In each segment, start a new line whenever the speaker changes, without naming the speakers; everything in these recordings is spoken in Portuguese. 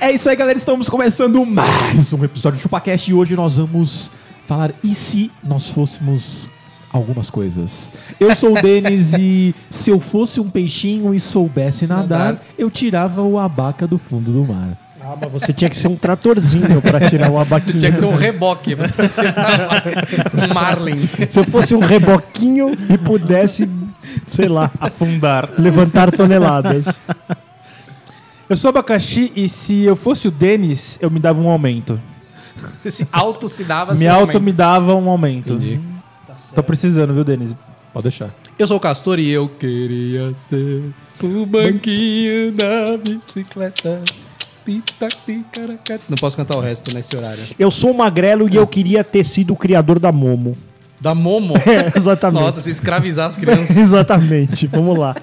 É isso aí, galera. Estamos começando mais um episódio do ChupaCast e hoje nós vamos falar e se nós fôssemos algumas coisas. Eu sou o Denis e se eu fosse um peixinho e soubesse nadar,
nadar.
eu tirava o abaca do fundo do mar.
Ah, mas você tinha que ser um tratorzinho pra tirar o né? abaquinho.
Tinha que ser um reboque. mas você tinha que dar uma vaca. Um Marlin.
Se eu fosse um reboquinho e pudesse, sei lá,
afundar.
levantar toneladas.
Eu sou abacaxi e se eu fosse o Denis, eu me dava um aumento.
Você se auto se dava assim,
me
sem
auto
aumento.
me dava um aumento.
Entendi.
Tô precisando, viu, Denis? Pode deixar.
Eu sou o Castor e eu queria ser o banquinho da bicicleta. Tic-tac, tic-caracat. Não posso cantar o resto nesse horário.
Eu sou magrelo e eu queria ter sido o criador da Momo.
Da Momo.
É, exatamente.
Nossa, um se escravizar as crianças.
Exatamente, vamos lá.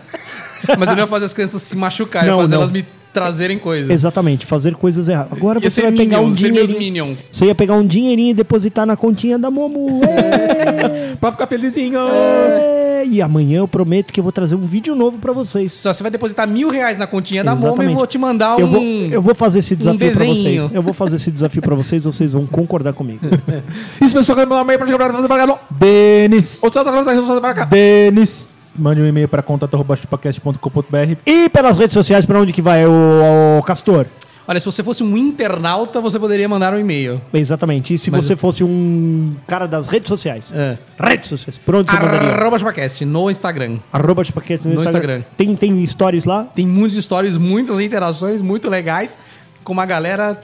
Mas eu não ia fazer as crianças se machucarem, eu ia
Não,
fazer
não.
elas me trazerem coisas.
Exatamente, fazer coisas erradas. Agora
Ia
você
ser
vai pegar um
Minions, ser meus
dinheirinho.
Minions.
Você ia pegar um dinheirinho e depositar na continha da Momo. Ê!
Pra ficar felizinho!
É.
Ê! É! e amanhã eu prometo que eu vou trazer um vídeo novo pra vocês.
Só você vai depositar mil reais na continha da Momo e
Exatamente.
vou te mandar um.
Eu vou, eu vou fazer esse desafio pra
desenho.
vocês. Eu vou fazer esse desafio pra vocês, vocês vão concordar comigo.
Isso, pessoal, que eu mandar um e-mail pra chegar
Denis!
pra
Denis! Mande um e-mail para contato.chupacast.com.br.
E pelas redes sociais, pra onde que vai o, o Castor?
Olha, se você fosse um internauta, você poderia mandar um e-mail.
Exatamente. E se você fosse um cara das redes sociais?
É.
Redes sociais. Por onde você mandaria?
Arroba Chupacast, no Instagram.
Arroba de paquete no,
No
Instagram.
Instagram.
Tem, tem stories lá?
Tem muitos stories, muitas interações muito legais com uma galera.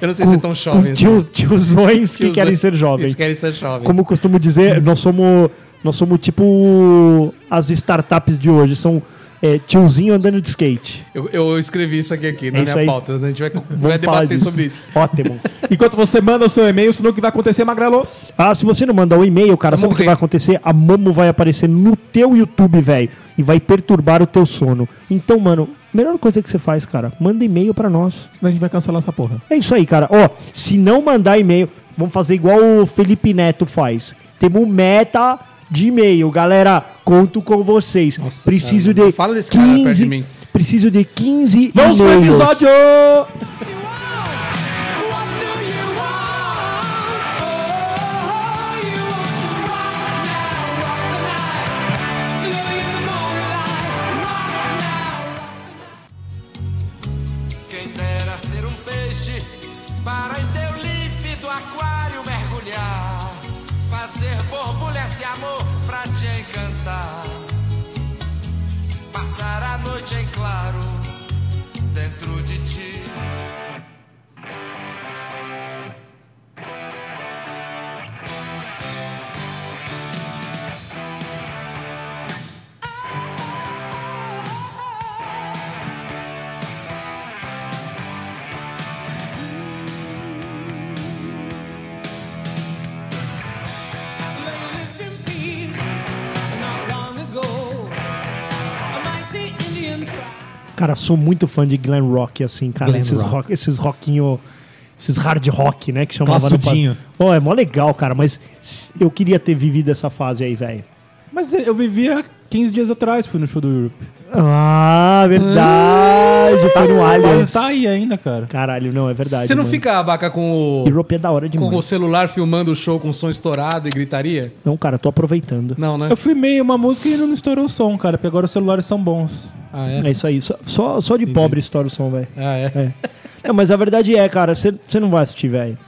Eu não sei se é tão jovem.
Com tio, tiozões que
Tiozões
querem ser jovens.
Eles querem ser jovens.
Como eu costumo dizer, nós somos, nós somos tipo as startups de hoje. São é, tiozinho andando de skate.
Eu, eu escrevi isso aqui, aqui na
É isso
minha
aí.
pauta. né? A gente vai, vai
Vamos falar
debater
disso.
sobre isso.
Ótimo.
Enquanto você manda o seu e-mail, senão o que vai acontecer, Magrelo?
Ah, se você não mandar o e-mail, cara,
Vai
sabe o que
morrer.
vai acontecer? A Momo vai aparecer no teu YouTube, velho, e vai perturbar o teu sono. Então, mano, melhor coisa que você faz, cara, manda e-mail pra nós.
Senão a gente vai cancelar essa porra.
É isso aí, cara. Ó, se não mandar e-mail, vamos fazer igual o Felipe Neto faz. Temos meta de e-mail, galera. Conto com vocês. preciso
senhora,
de
fala desse cara perto de mim.
Preciso de 15
Vamos pro
e-mails.
episódio!
Quem dera ser um peixe para em teu límpido aquário mergulhar, fazer borbulha esse amor pra te encantar, passar a noite em claro dentro de ti.
Cara, sou muito fã de glam rock, assim, cara.
Glam
esses
rock.
rock. esses rockinho, esses hard rock, né, que chamava
Classudinho.
Pô, é mó legal, cara, mas eu queria ter vivido essa fase aí, velho.
Mas eu vivia 15 dias atrás, fui no show do Europe.
Ah, verdade, foi no Aliens.
Mas tá aí ainda, cara.
Caralho, não, é verdade.
você não
mano.
fica abaca com o,
Europe é da hora demais.
com o celular filmando o show com som estourado e gritaria?
Não, cara, tô aproveitando.
Não, né?
Eu filmei uma música e não estourou o som, cara, porque agora os celulares são bons.
Ah, é.
É isso aí, só, só, só de pobre estoura o som, velho.
Ah, é.
É. Não, mas a verdade é, cara, você você não vai assistir, velho.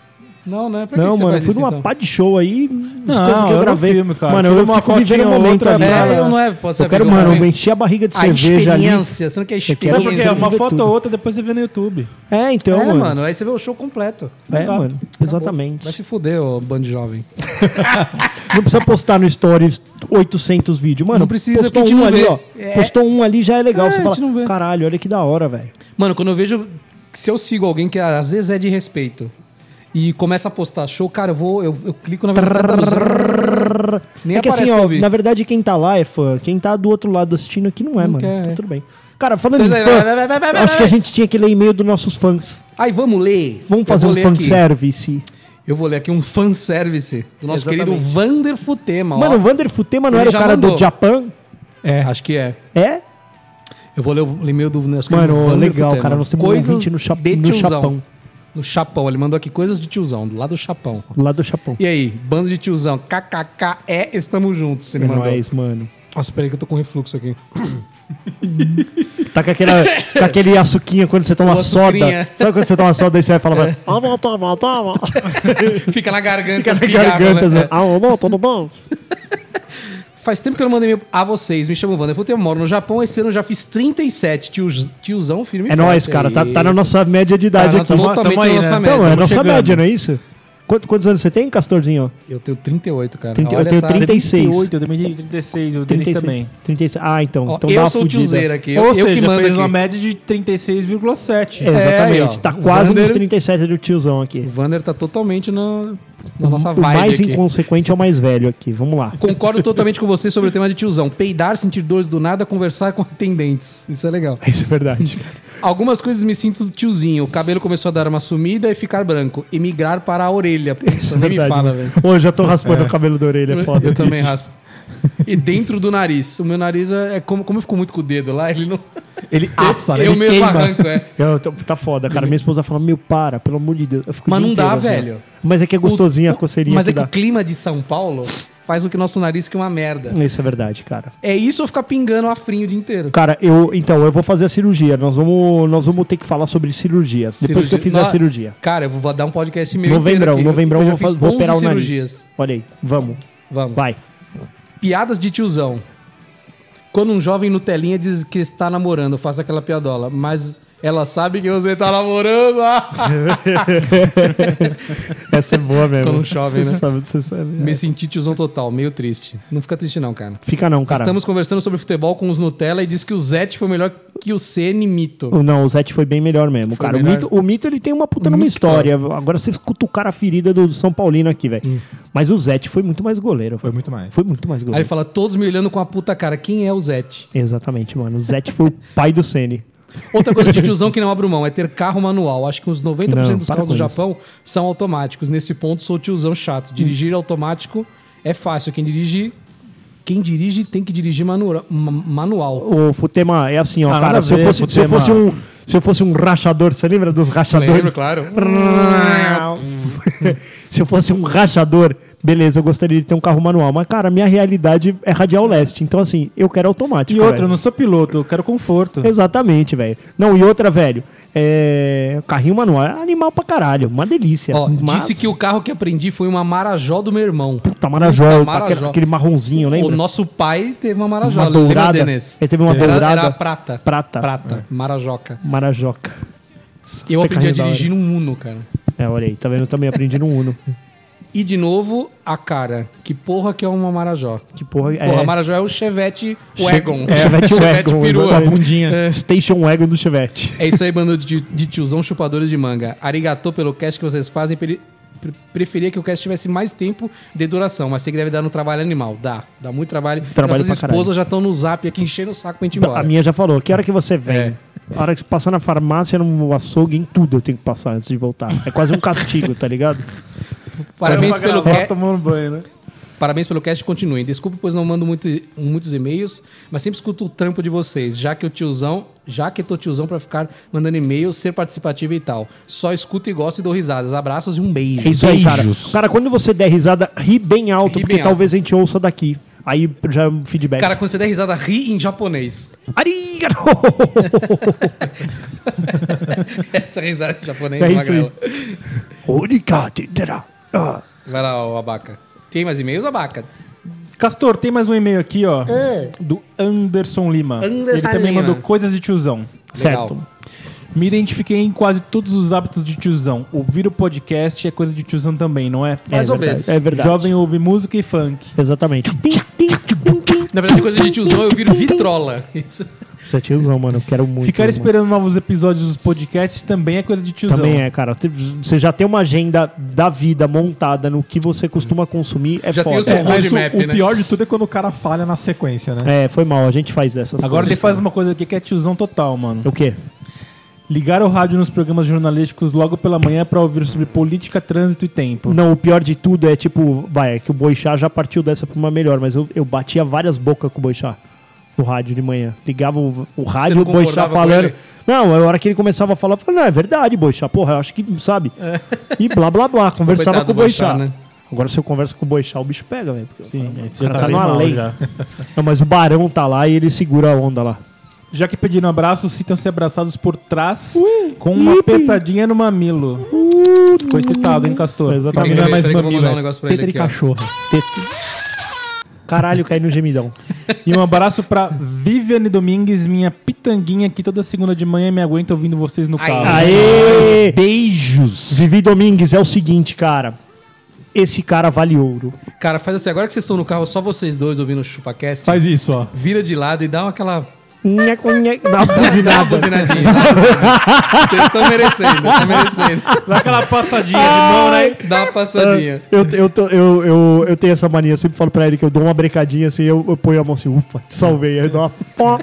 Não, né? Pra que
Não,
que você
mano, eu
faz
fui
isso,
numa
então?
pá de show aí, as
Não,
coisas que
eu
eu
não
gravei.
filmo, cara.
Mano,
Tira
eu
uma
fico
fotinha
vivendo o
ou
momento
outra,
ali.
pra
É,
lá.
eu não é, pode ser
Eu quero,
amigo
mano,
também.
eu enchi a barriga de
A
cerveja ali.
experiência, você não quer experiência.
Sabe por quê?
Eu
Uma
vi
foto
tudo.
ou outra, depois você vê no YouTube.
É,
É,
então,
mano. Tá
mano.
aí você vê o show completo.
É,
Exato.
mano, exatamente.
Vai se fuder, ô bando de jovem.
Não precisa postar no Stories 800 vídeos, mano.
Não precisa,
postou
porque a gente
um
não
ali,
vê.
ó.
É.
Postou um ali já é legal.
É,
Você
a
fala,
gente não vê.
caralho, olha que da hora, velho.
Mano, quando eu vejo. que Se eu sigo alguém que às vezes é de respeito e começa a postar show, cara, eu vou. Eu, eu clico na velocidade. da luz. Nem
é que
aparece
assim,
pra
ó,
ouvir.
na verdade, quem tá lá é fã. Quem tá do outro lado assistindo aqui não é, mano.
quer,
Então,
é.
tudo bem. Cara, falando
Então,
de
vai,
fã,
vai, vai, vai, vai,
acho
vai.
que a gente tinha que ler e-mail dos nossos fãs.
Aí vamos ler. Eu
Vamos fazer
vou
um
ler aqui.
fanservice.
Eu vou ler aqui um fanservice do nosso
Exatamente.
querido Vander Futema. ó.
Mano, o Vander Futema não
Ele
era o
já
cara
mandou.
do Japão?
É.
Acho que é.
É?
Eu vou ler o e-mail do nosso
Mano,
querido Vander
legal,
Futema.
cara, nós temos um ouvinte no cha-
de
no
tiozão.
chapão.
No chapão. Ele mandou aqui coisas de tiozão, lá do chapão.
Lá do Japão.
E aí, bando de tiozão. KKK é, estamos juntos. Ele
É
mandou.
nóis, mano.
Nossa, peraí que eu tô com refluxo aqui.
Tá com, aquela, com aquele açuquinha quando você toma
Uma
soda.
sucrinha.
Sabe quando você toma soda e você vai falar, vai, ah, toma, toma.
Fica na garganta.
Fica na
pilhava,
garganta,
né?
né? Ah, não, tudo bom?
Faz tempo que eu não mando e-mail a vocês. Me chamo Wander Futema, moro no Japão. Esse ano eu já fiz 37. Tio, tiozão firme. e
É nóis,
forte.
cara. Tá, tá na
isso.
nossa média de idade
Tá
aqui.
na- totalmente
Tamo aí,
na
né?
nossa
Tamo
média.
Então, é
tamo
nossa
chegando.
média, não é isso? Quanto- quantos anos você tem, Castorzinho?
Eu tenho 38, cara.
Trinta- eu
Olha
tenho
essa-
36.
38, eu também 36, o Denis também.
36. Ah, então.
Ó,
então dá
eu
uma
sou o
fudida.
tiozeiro aqui. Eu,
Ou
eu
seja,
que mando
fez uma
aqui.
média de 36,7.
É, exatamente.
É, aí, ó.
tá quase nos
Vander-
37 do tiozão
O
aqui.
Vander tá totalmente no, na nossa
O
vibe
mais
aqui.
inconsequente é o mais velho aqui. Vamos lá.
Concordo totalmente com você sobre o tema de tiozão. Peidar, sentir dores do nada, conversar com atendentes. Isso é legal.
Isso é verdade.
Algumas coisas me sinto tiozinho. O cabelo começou a dar uma sumida e ficar branco. E migrar para a orelha. Isso
Isso é
nem
verdade.
me fala,
né?
velho.
Ô, já tô raspando o cabelo da orelha, é foda.
Eu também raspo. E dentro do nariz. O meu nariz é é como, como eu fico muito com o dedo lá, ele não.
Ele assa, né?
eu
Ele
mesmo
queima.
arranco, é.
Eu tô- tá foda, cara. Minha esposa fala, meu, para, pelo amor de Deus. Eu fico o
Mas
dia
não dá,
inteiro, assim, ó.
velho.
Mas é que é gostosinha a
O-
coceirinha
Mas
que
é que
dá.
o clima de São Paulo faz com que nosso nariz fique uma merda.
Isso é verdade, cara.
É isso ou ficar pingando a frinha o dia inteiro?
Cara, eu, então, eu vou fazer a cirurgia. Nós vamos, nós vamos ter que falar sobre cirurgias. Depois que eu fizer a
Na-
cirurgia.
Cara, eu vou dar um podcast meio
Novembrão, novembrão eu
eu
vou,
já
fa-
fiz
vou
11
operar o nariz.
cirurgias.
Olha aí, vamos,
Vamos.
vai.
Piadas de tiozão. Quando um jovem no telinha diz que está namorando, eu faço aquela piadola, mas ela sabe que você está namorando. Ah!
Essa é boa mesmo.
Quando chove,
Você
né?
sabe, você sabe.
Me senti tiozão total, meio triste. Não fica triste não, cara.
Fica não, cara.
Estamos conversando sobre futebol com os Nutella e diz que o Zete foi melhor que o Ceni Mito.
Não, o Zete foi bem melhor mesmo, cara. O,
melhor.
mito, o Mito, ele tem uma puta numa história. Agora vocês cutucaram a ferida do São Paulino aqui, velho. Mas o Zete foi muito mais goleiro.
Foi muito mais.
Foi muito mais
Aí ele
goleiro.
fala, todos me olhando com a puta cara, quem é o Zete?
Exatamente, mano. O Zete foi o pai do Sene.
Outra coisa de tiozão que não abro mão é ter carro manual. Acho que uns 90%
Não,
dos
para
carros do
com isso.
Japão são automáticos. Nesse ponto, sou tiozão chato. Dirigir automático é fácil. Quem dirige. Quem dirige tem que dirigir manura- ma- manual.
O Futema é assim, ó,
Ah, nada
cara.
a
Se eu,
ver,
fosse, se, eu
Futema.
fosse um, se eu fosse um rachador, você lembra dos rachadores?
claro.
se eu fosse um rachador, beleza, eu gostaria de ter um carro manual. Mas, cara, minha realidade é radial leste. Então, assim, eu quero automático.
E outra,
velho.
eu não sou piloto, eu quero conforto.
Exatamente, velho. Não, e outra, velho. É... Carrinho manual é animal pra caralho. Uma delícia.
Ó,
Mas-
Disse que o carro que aprendi foi uma Marajó do meu irmão.
Puta, Marajó,
Marajó.
Aquele, aquele marronzinho,
O
lembra?
nosso pai teve uma Marajó.
Uma
lembra,
dourada?
Denês?
Ele teve uma
Era-
dourada?
Era a prata.
Prata. É.
Prata. Marajoca.
Marajoca.
Eu aprendi
Puta
a
carrinho da hora.
dirigir num Uno, cara.
É, olha aí, tá vendo? Eu também aprendi no Uno.
E de novo, a cara. Que porra que é uma Marajó?
Que porra.
Porra,
é...
Marajó é o Chevette Wagon.
É, Chevette Wagon,
perua.
exatamente. Station Wagon do Chevette.
É isso aí, bando de, de tiozão chupadores de manga. Arigatô pelo cast que vocês fazem. Pre- pre- preferia que o cast tivesse mais tempo de duração, mas sei que deve dar no trabalho animal. Dá, dá muito trabalho.
Trabalho pra
Nossas
caralho.
esposas já estão no zap aqui enchendo o saco pra gente ir embora.
A minha já falou, que hora que você vem?
É.
A hora que você passar na farmácia, no açougue, em tudo eu tenho que passar antes de voltar. É quase um castigo, tá ligado?
Parabéns pelo,
Tava
ca-
tomando banho, né?
Parabéns pelo cast, continuem. Desculpe, pois não mando muito- muitos e-mails, mas sempre escuto o trampo de vocês, já que o tiozão, já que tô tiozão pra ficar mandando e-mail, ser participativo e tal. Só escuto e gosto e dou risadas. Abraços e um beijo.
É isso aí, cara.
Beijos.
Cara, quando você der risada, ri bem alto,
Ri
porque
bem
talvez a gente ouça daqui. Aí já é um feedback.
Cara, quando você der risada, ri em japonês.
Ari, cara.
Essa risada em japonês,
É isso
Magrela.
Única, titera. Ah.
Vai lá, o Abaca. Tem mais e-mails, Abaca?
Castor, tem mais um e-mail aqui, ó. Do Anderson Lima.
Ah. Anderson
Ele também
Lima.
mandou coisas de tiozão.
Legal.
Certo. Me identifiquei em quase todos os hábitos de tiozão. Ouvir o podcast é coisa de tiozão também, não é?
Mais
é
ou
verdade.
menos.
É verdade.
Jovem ouve música e funk.
Exatamente.
Na verdade, coisa de tiozão, eu viro vitrola. Isso.
Você é tiozão, mano. Eu quero muito.
Ficar
mano.
esperando novos episódios dos podcasts também é coisa de tiozão.
Também é, cara. Te- Você já tem uma agenda da vida montada no que você costuma consumir. É
Já tem
foda.
o seu
É, mas o,
roadmap,
o
né?
pior de tudo é quando o cara falha na sequência, né?
É, foi mal. A gente faz dessas
Agora ele
coisas.
faz uma coisa aqui que é tiozão total, mano.
O quê?
Ligar o rádio nos programas jornalísticos logo pela manhã pra ouvir sobre política, trânsito e tempo.
Não, o pior de tudo é tipo, vai, é que o Boixá já partiu dessa pra uma melhor, mas eu, eu batia várias bocas com o Boixá no rádio de manhã. Ligava o, o rádio,
não
o Boixá
concordava com
falando.
ele?
Não, a hora que ele começava a falar, eu falava, não, é verdade, Boixá, porra, eu acho que, sabe? E blá blá blá, conversava
É. Coitado
com o
do Boixá,
Boixá.
né?
Agora se eu converso com o Boixá, o bicho pega, velho. porque eu falo,
Sim,
mano,
esse
o
já
cara tá
tá bem
numa
mal
lei.
já.
Não, mas o Barão tá lá e ele segura a onda lá.
Já que pediram abraço, sintam-se abraçados por trás com uma apertadinha no mamilo. Foi citado, hein, Castor?
Exatamente.
Fica
Não é mais
Espera que eu vou
mamilo,
mandar
é.
Tetra e
Tetra e
cachorro.
Caralho, cai no gemidão.
bem. E um abraço pra Viviane Domingues, minha pitanguinha que toda segunda de manhã me aguenta ouvindo vocês no carro.
Aê!
Beijos.
Vivi Domingues, é o seguinte, cara. Esse cara vale ouro.
Cara, faz assim, agora que vocês estão no carro, só vocês dois ouvindo o ChupaCast,
Faz isso, ó.
vira de lado e dá uma aquela
Nheco, nheco, Dá uma
dá uma
buzinada.
buzinadinha. dá uma buzinadinha. Vocês estão merecendo, estão merecendo.
Dá aquela passadinha de mão, né?
Dá uma passadinha.
Eu, eu, tô- eu, eu, eu tenho essa mania, eu sempre falo pra ele que eu dou uma brecadinha assim, eu, eu ponho a mão assim, ufa, te salvei. Aí eu dou uma pó,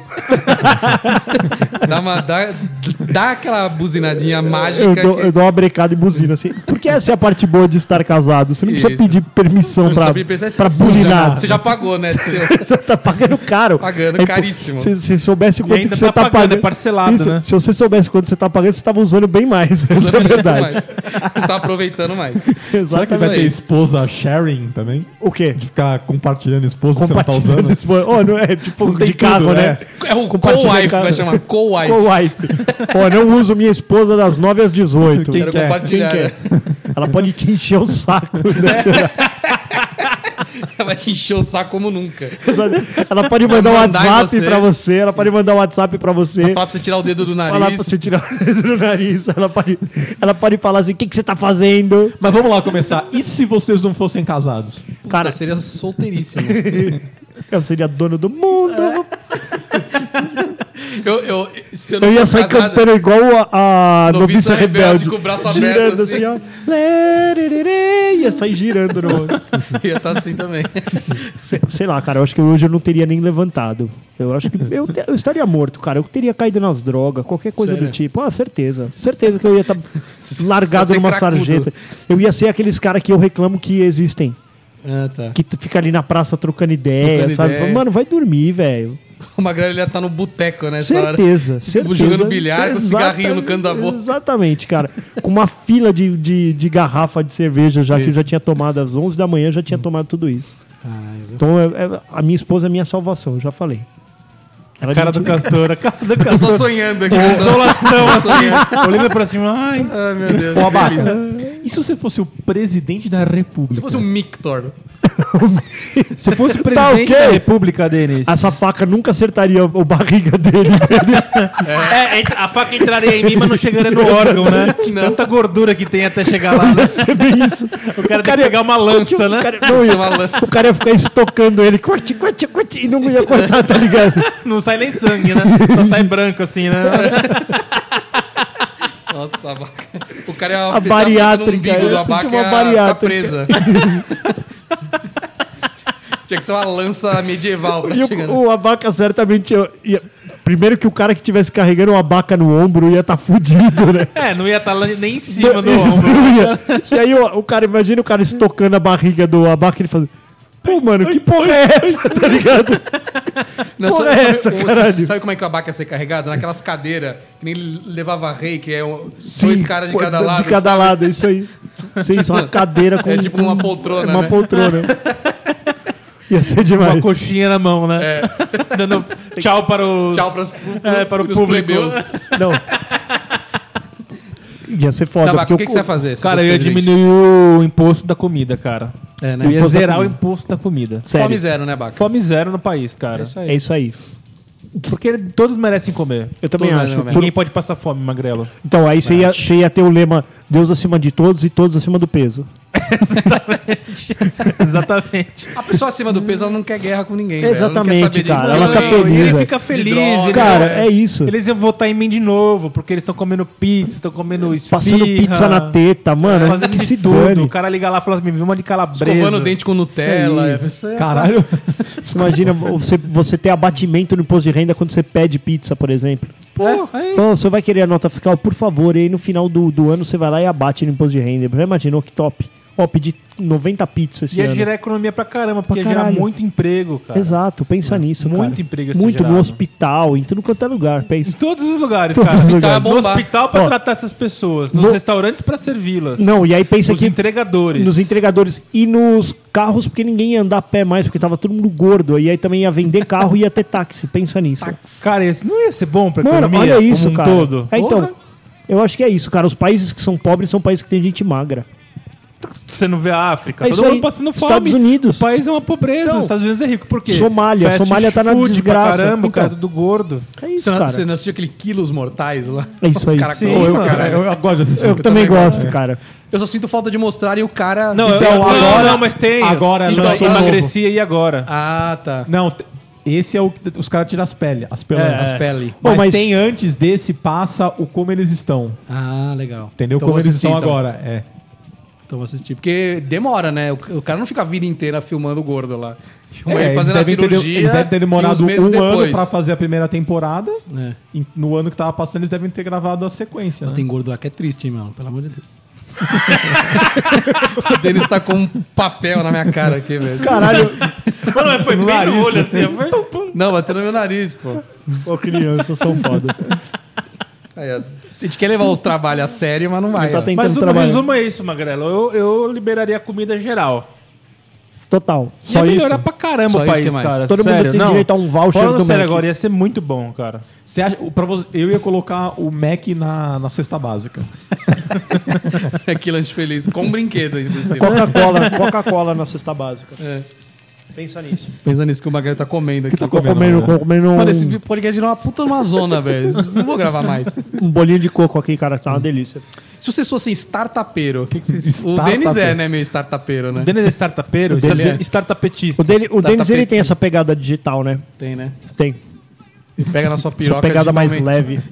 Dá, uma, dá, dá aquela buzinadinha mágica.
eu, dou,
que-
eu dou uma brecada e buzina assim. Porque essa é a parte boa de estar casado. Você não precisa
Isso.
pedir permissão
Não
pra,
sabe, pensa,
pra
você já-
buzinar.
é Você já pagou, né? seu-
Você tá pagando caro.
Pagando,
Aí, pô,
caríssimo.
Se se soubesse quanto
ainda
que você
tá
tá,
pagando,
pagando.
é parcelado, né?
Se você soubesse quanto você tá pagando, você tava usando bem mais. Isso é
usando muito
verdade.
mais. Você tá aproveitando mais. Então é
Será que vai
Exatamente.
ter esposa sharing também?
O quê?
De ficar compartilhando esposa que você não tá
Compartilhando
usando?
esse- Oh, não é tipo
tem
de carro,
tudo,
né?
né?
É o
Compartilha
co-wife,
cada-
vai chamar. Co-wife.
Co-wife. Ó, não uso minha esposa das 9 às 18.
Quero compartilhar.
Quem
né?
quer? Ela pode te encher o saco. nesse horário.
Vai te encher o saco como nunca.
Ela pode
Vai
mandar um
mandar em
WhatsApp
você.
pra você. Ela pode mandar um WhatsApp pra você.
Fala pra você tirar o dedo do
Falar pra
nariz.
você tirar o dedo do nariz. Ela pode, ela pode falar assim: o que, que você tá fazendo?
Mas vamos lá começar. E se vocês não fossem casados?
Cara,
Cara, seria solteiríssimo.
eu seria dono do mundo.
Eu, eu, se É. eu, não
Eu ia
fosse
sair
casado-
cantando igual a, a
Noviça
noviça
Rebelde,
rebelde.
com o braço aberto,
girando
assim.
assim, ó. Lererê, Ia sair girando no.
Ia estar assim também.
Sei, sei lá, cara, eu acho que hoje eu não teria nem levantado. Eu acho que eu, te- eu estaria morto, cara. Eu teria caído nas drogas, qualquer coisa
Sério?
do tipo. Ah, certeza. Certeza que eu ia estar
Só
largado
ser
numa
cracudo.
sarjeta. Eu ia ser aqueles caras que eu reclamo que existem.
Ah, tá.
Que t- fica ali na praça trocando ideia,
Trocando
sabe?
ideia.
Fala, Mano, vai dormir, velho.
O Magrelo ia estar no boteco nessa
Certeza,
hora.
certeza.
Jogando bilhar com cigarrinho no
Exatamente,
canto da boca.
Exatamente, cara. Com uma fila de, de, de garrafa de cerveja, já que
Isso. Hum.
eu já tinha tomado às 11 da manhã, eu já tinha tomado tudo isso.
Ah,
Então, é- é- a minha esposa é minha salvação, eu já falei. Ela
Cara
não
do
tinha-
Castor, a cara do
Eu tô
Castor.
só sonhando aqui. né?
Consolação,
Tô sonhando.
assim. Olhando pra cima, ai.
Ai, meu Deus.
Ô,
que
Abaca,
delícia.
e se você fosse o presidente da república?
Se fosse um Mictor.
Se fosse o
Tá
presidente
ok.
da república, Denis.
Essa faca nunca acertaria o barriga dele.
É, é, a faca entraria em mim, mas não chegaria no órgão, né? Tanta gordura que tem até chegar lá. Né?
Você vê isso. O
cara tem que pegar uma lança, né?
O cara, não,
Isso
ia,
é uma lança.
o cara ia ficar estocando ele, corte, corte, corte, e não ia cortar, tá ligado?
Não sai nem sangue, né? Só sai branco, assim, né?
Nossa, Abaca. O cara é ia
A bariátrica,
O
eu
do
senti
Abaca
uma
ia tá
bariátrica.
presa. Tinha que ser uma lança medieval pra
E
chegar. né?
o, o abaca certamente ia- ia- Primeiro que o cara que estivesse carregando uma abaca no ombro ia estar tá fudido, né?
É, não ia estar lá nem em cima do
Isso,
ombro.
não ia. E aí o, o cara, imagina o cara estocando a barriga do abaca e ele fazendo. Pô, mano, que porra é essa, tá ligado?
Não,
Porra
sabe, sabe-
é essa,
o-
caralho?
sabe como é que o abaca ia ser carregado? Naquelas cadeiras que nem ele levava rei, que é um, dois caras de
pô,
cada lado.
De cada lado, é isso aí. Isso aí, só uma cadeira com.
É tipo uma
com-
poltrona,
Uma
né?
poltrona. Ia ser demais.
Uma coxinha na mão, né? Dando tchau para os...
Tchau pros,
É, para o
pros
público.
plebeus.
Não. Ia ser foda.
Tabaco, Tá,
porque
o que, que você vai fazer? se
Cara,
você
eu ia
presidente?
diminuir o imposto da comida, cara.
É, né?
Eu ia
Imposto da
zerar o
comida.
imposto da comida.
Sério,
Fome zero, né, Baca?
Fome zero no país, cara.
É isso aí.
Porque todos merecem comer.
Eu também
Tudo,
acho.
né,
Por-
Ninguém pode passar fome, magrelo.
Então, aí você ia, você ia ter o lema Deus acima de todos e todos acima do peso.
Exatamente.
A pessoa acima do peso, ela não quer guerra com ninguém. velho.
Exatamente,
ela não quer saber de
cara. Ela
ninguém.
tá
E
feliz,
ele
velho.
fica feliz.
droga.
ele-
Cara,
né?
é isso.
Eles iam votar em mim de novo, porque eles estão comendo pizza, estão comendo esfirra.
Passando pizza na teta,
É,
mano. é
Fazendo
que
de
se
tudo.
dane.
O cara liga lá e fala assim, me viu uma de calabresa.
é
Escovando o dente com Nutella. é, você-
Caralho.
Imagina você, você ter abatimento no imposto de renda quando você pede pizza, por exemplo.
Porra, hein?
Ô, você vai querer a nota fiscal, por favor. E aí no final do, do ano você vai lá e abate no imposto de renda. Já imaginou que top? Ó, pedi 90 pizzas esse
Ia
ano.
gerar economia pra caramba,
Pra
porque ia gerar
caralho.
muito emprego, é cara. É.
Exato, pensa nisso,
muito
cara.
emprego ia ser
Muito
gerado.
no hospital, em tudo quanto é lugar,
Em
pensa.
todos os lugares,
Todos
cara.
os lugares.
No hospital pra
Ó,
tratar essas pessoas. Nos
no-
restaurantes pra servi-las.
Não, e aí pensa
nos
que-
entregadores.
Nos entregadores e nos carros, porque ninguém ia andar a pé mais, porque tava todo mundo gordo. E aí também ia vender carro e ia ter táxi. Pensa nisso.
Tá Cara, isso não ia ser bom pra
Mano,
economia
olha isso,
como um
cara.
todo.
É, então,
Porra.
eu acho que é isso, cara. Os países que são pobres são países que tem gente magra.
Você não vê a África.
É isso
todo mundo
aí.
passando fome.
Estados Unidos.
O país é uma pobreza.
Então,
Os Estados Unidos é rico. Por quê?
Somália.
Fast
Somália tá na
food pra
desgraça.
Caramba,
Então.
o cara do gordo.
É isso,
Você não,
cara.
né? você não assistiu aquele Quilos Mortais lá?
É isso
Os
aí.
cara
Sim,
gordo,
mano.
cara.
Eu, eu gosto desse
Eu,
filme.
também
também
gosto, cara.
Eu só sinto falta de mostrar e o cara...
Não,
Então,
eu- não,
agora-
não, mas tem.
agora
então,
lançou
emagrecia e agora.
Ah, tá.
Não, t- esse é o que os caras tiram as peles. As pelas.
É.
As pele.
Mas,
Pô, mas-
tem antes desse, passa o como eles estão.
Ah, legal.
Entendeu?
Então
como
vou
eles
assistir,
estão
então.
agora. É.
Então vou assistir. Porque demora, né? O, o cara não fica a vida inteira filmando o gordo lá. Filma
É,
ele fazendo a
devem ter-
cirurgia.
eles devem ter demorado
e uns meses
um ano
depois.
pra fazer a primeira temporada.
É.
E No ano que tava passando, eles devem ter gravado a sequência. né?
Tem gordo lá que é triste, hein, mano? Pelo amor de Deus. o Denis tá com um papel na minha cara aqui, velho.
Caralho,
Mano, foi bem no olho assim. Foi...
Não, bateu no meu nariz, pô.
ô crianças são foda.
Aí, ó. a gente quer levar o trabalho a sério, mas não vai.
tá
ó.
tentando
Mas o
trabalhar.
resumo é isso, Magrelo. Eu, eu liberaria comida geral.
Total.
é
Só
ia
isso.
é melhorar pra caramba
Só
o
isso,
país,
que mais?
cara.
Todo mundo
sério,
tem
não.
direito a um voucher
Falando
do
sério
Mac.
agora, ia ser muito bom, cara.
Você acha, pra você, eu ia colocar o Mac na, na cesta básica.
que lanche feliz. Com um brinquedo aí por cima.
Coca-Cola, Coca-Cola na cesta básica.
É.
Pensa nisso.
Pensa nisso que o Magrelo tá comendo aqui.
tá
Tô
Comendo,
comendo,
né?
tô comendo
Mano, esse
um,
podcast virou uma puta numa zona, velho. Não vou gravar mais.
um bolinho de coco aqui, cara, que tá uma delícia.
Se vocês fossem startupeiro, o que, que vocês. O
Startupeiro.
Denis é, né, meio startupeiro, né?
O Denis é startupeiro,
Denis
startu-
é.
startupetista.
O, dele, o
Tá
Denis, ele
tapete.
tem essa pegada digital, né?
Tem, né?
Tem.
E pega na sua
Essa
piroca.
pegada mais
digitalmente.
leve.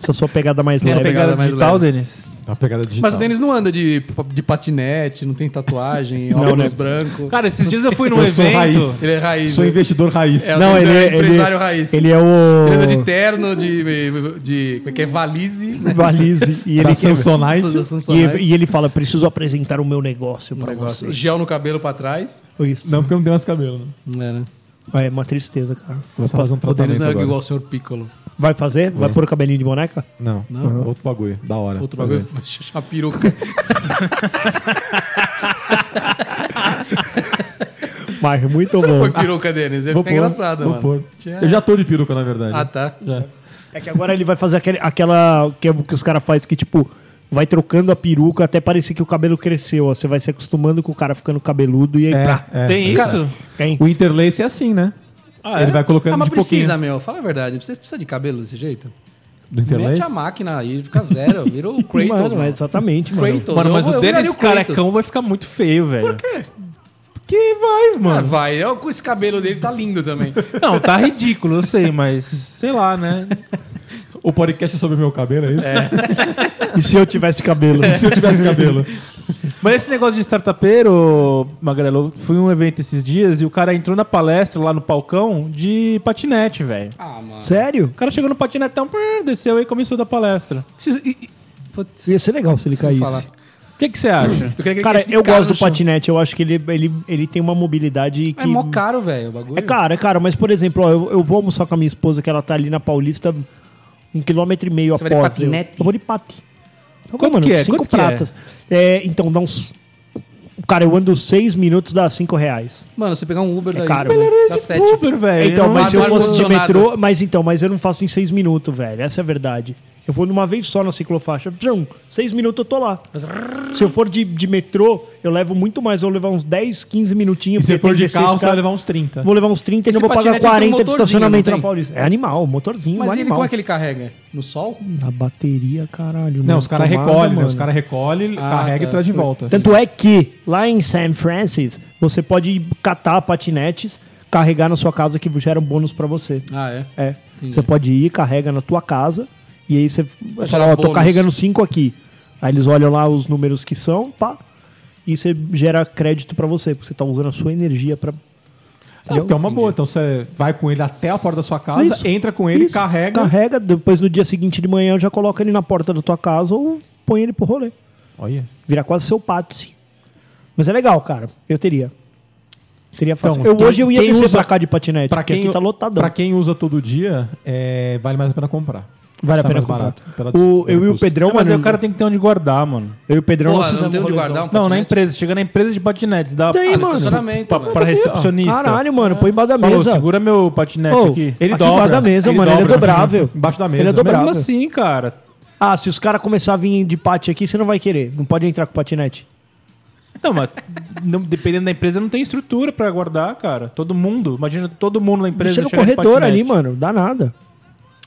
Essa sua é pegada mais
Tem
Essa
a
leve.
pegada
pegada mais
digital,
leve.
Denis?
Uma pegada digital.
Mas o Denis não anda de, de patinete, não tem tatuagem, óculos branco.
Cara, esses dias eu fui num
Eu sou
evento.
né? raiz.
ele é raiz.
Sou
né?
investidor raiz.
É, o
Não,
Denis
ele é,
empresário
ele,
raiz.
ele é
Ele anda de
o
terno, de. de como é que é? Valise, né?
Valise. E ele,
Da Samsonite.
Da Samsonite.
e, e ele fala, preciso apresentar o meu negócio
Um
pra
negócio.
vocês.
Gel no cabelo pra trás.
Isso.
Não, porque eu não tenho mais cabelo. Né?
É, né?
É uma tristeza, cara.
Vou fazer um
O Denis
tratamento
não é
agora.
igual o senhor Piccolo.
Vai fazer? Vai pôr o cabelinho de boneca?
Não, outro bagulho. Da hora.
Outro bagulho, uma peruca.
Mas é muito
Você não põe
bom.
peruca, Denis? Ia
Vou
ficar
pôr,
engraçado,
vou
mano.
pôr.
Já-
Eu já tô de peruca, na verdade.
Ah, tá.
É que agora ele vai fazer aquele, aquela que, é o que os caras fazem que, tipo, vai trocando a peruca até parecer que o cabelo cresceu. ó. Você vai se acostumando com o cara ficando cabeludo e aí
É,
pra.
é.
Tem isso?
Hein?
O Interlace é assim, né? Ele vai colocando
Ah, mas
de
precisa,
pouquinho.
meu. Fala a verdade. Você precisa de cabelo desse jeito?
Do
Mete
Interlace?
a máquina aí, fica zero. Vira o Kratos,
Mano,
mano.
exatamente, mano.
Kratos.
Mano,
Eu
mas
vou-
o é
eu viraria
Denis
Kratos.
carecão vai ficar muito feio, velho.
quê?
Porque vai,
Ah,
mano.
vai. Eu, com esse cabelo dele tá lindo também.
Não, tá ridículo, eu sei, mas sei lá, né?
O podcast é sobre meu cabelo, é isso?
É.
E se eu tivesse cabelo?
Se eu tivesse cabelo.
Mas esse negócio de startupeiro, Magrelo, fui um evento esses dias e o cara entrou na palestra lá no palcão de patinete, velho.
Ah, mano.
Sério?
O cara chegou no patinetão, prrr, desceu aí e começou da palestra.
Vocês- e- e- Putz,
Ia ser legal se ele
vou
caísse.
falar.
O que que você acha?
Eu queria que ele
Cara,
caísse de
eu
cara
gosto
no
do
chão.
patinete. Eu acho que ele, ele, ele tem uma mobilidade que.
É mó caro, velho, o bagulho.
É caro, é caro. Mas, por exemplo, ó, eu, eu vou almoçar com a minha esposa, que ela tá ali na Paulista, um quilômetro e meio
Você vai de
após. eu-
patinete?
Eu, vou de pati. Eu vou,
Quanto que é?
Cinco
Quanto que é?
pratas. É, então, dá uns. Cara, eu ando seis minutos, dá cinco reais.
Mano, você pegar um Uber
É
daí,
caro.
você-
Ele
dá sete.
Uber, velho.
então,
É, Não-
mas se eu
adoro
fosse de
ar-condicionado.
metrô. Mas então, mas eu não faço em seis minutos, velho. Essa é a verdade. Eu vou numa vez só na ciclofaixa. Tchum, seis minutos eu tô lá. Se eu for de, de metrô, eu levo muito mais. Eu vou levar uns 10, 15
é
minutinhos.
E se
porque
for
tem
de
que descer
carro, você vai
escada.
levar um- uns 30.
Vou levar uns 30 e
Tá. Esse
não vou pagar
patinete tem um
40 de
motorzinho,
estacionamento
não tem?
na Paulista. É animal, motorzinho,
Mas ele,
animal.
como é que ele carrega? No sol?
Na bateria, caralho.
Não,
mano,
os caras
tomada,
recolhem, né?
mano.
Os caras recolhem,
Ah,
carrega
tá.
e traz de volta.
Tanto é que lá em San Francisco, você pode catar patinetes, carregar na sua casa que gera um bônus pra você.
Ah, é.
É. Você pode ir, carrega na tua casa, e aí você fala,
gerar
ó, tô
um bônus.
carregando cinco aqui. Aí eles olham lá os números que são, pá, e você gera crédito pra você, porque você tá usando a sua energia pra.
Não, porque é uma boa. Então você vai com ele até a porta da sua casa,
Tá, Isso,
entra com ele,
Isso.
carrega.
Carrega, depois no dia seguinte de manhã já coloca ele na porta da tua casa ou põe ele pro rolê.
Olha.
Virar quase seu patsy. Mas é legal, cara. Eu teria. Teria fácil.
Então,
eu, hoje eu ia
quem
descer
usa-
pra cá de patinete,
Pra
porque
quem,
aqui tá lotadão.
pra quem usa todo dia, é, vale mais a pena comprar.
Vale a
Sai
pena
mais
comprar.
barato, pela-
o,
pelo
eu e o
custo.
Pedrão,
mas
mano,
aí o cara tem que ter onde guardar, mano.
eu e o Pedrão, nós
Porra, não
fizemos
tem onde
um rolezão.
guardar um
Não, na
patinete? Ah,
empresa. Chega na empresa de patinetes. Dá
Tem,
pra-
mano.
estacionamento,
pra,
velho.
pra recepcionista.
Caralho, mano, põe embaixo da
Falou,
mesa.
segura meu patinete
Ô,
aqui.
Ele aqui dobra. embaixo da mesa,
Ele
mano. Ele
dobra.
é dobrável.
Embaixo da mesa.
Ele é dobrável.
Mesmo assim, cara.
Ah, se os caras começarem a vir de pate aqui, você não vai querer. Não pode entrar com patinete.
Não, mas não- dependendo da empresa, não tem estrutura pra guardar, cara. Todo mundo. Imagina todo mundo na empresa.
Deixa no
chegar de
corredor
patinete.
ali, mano. Dá nada.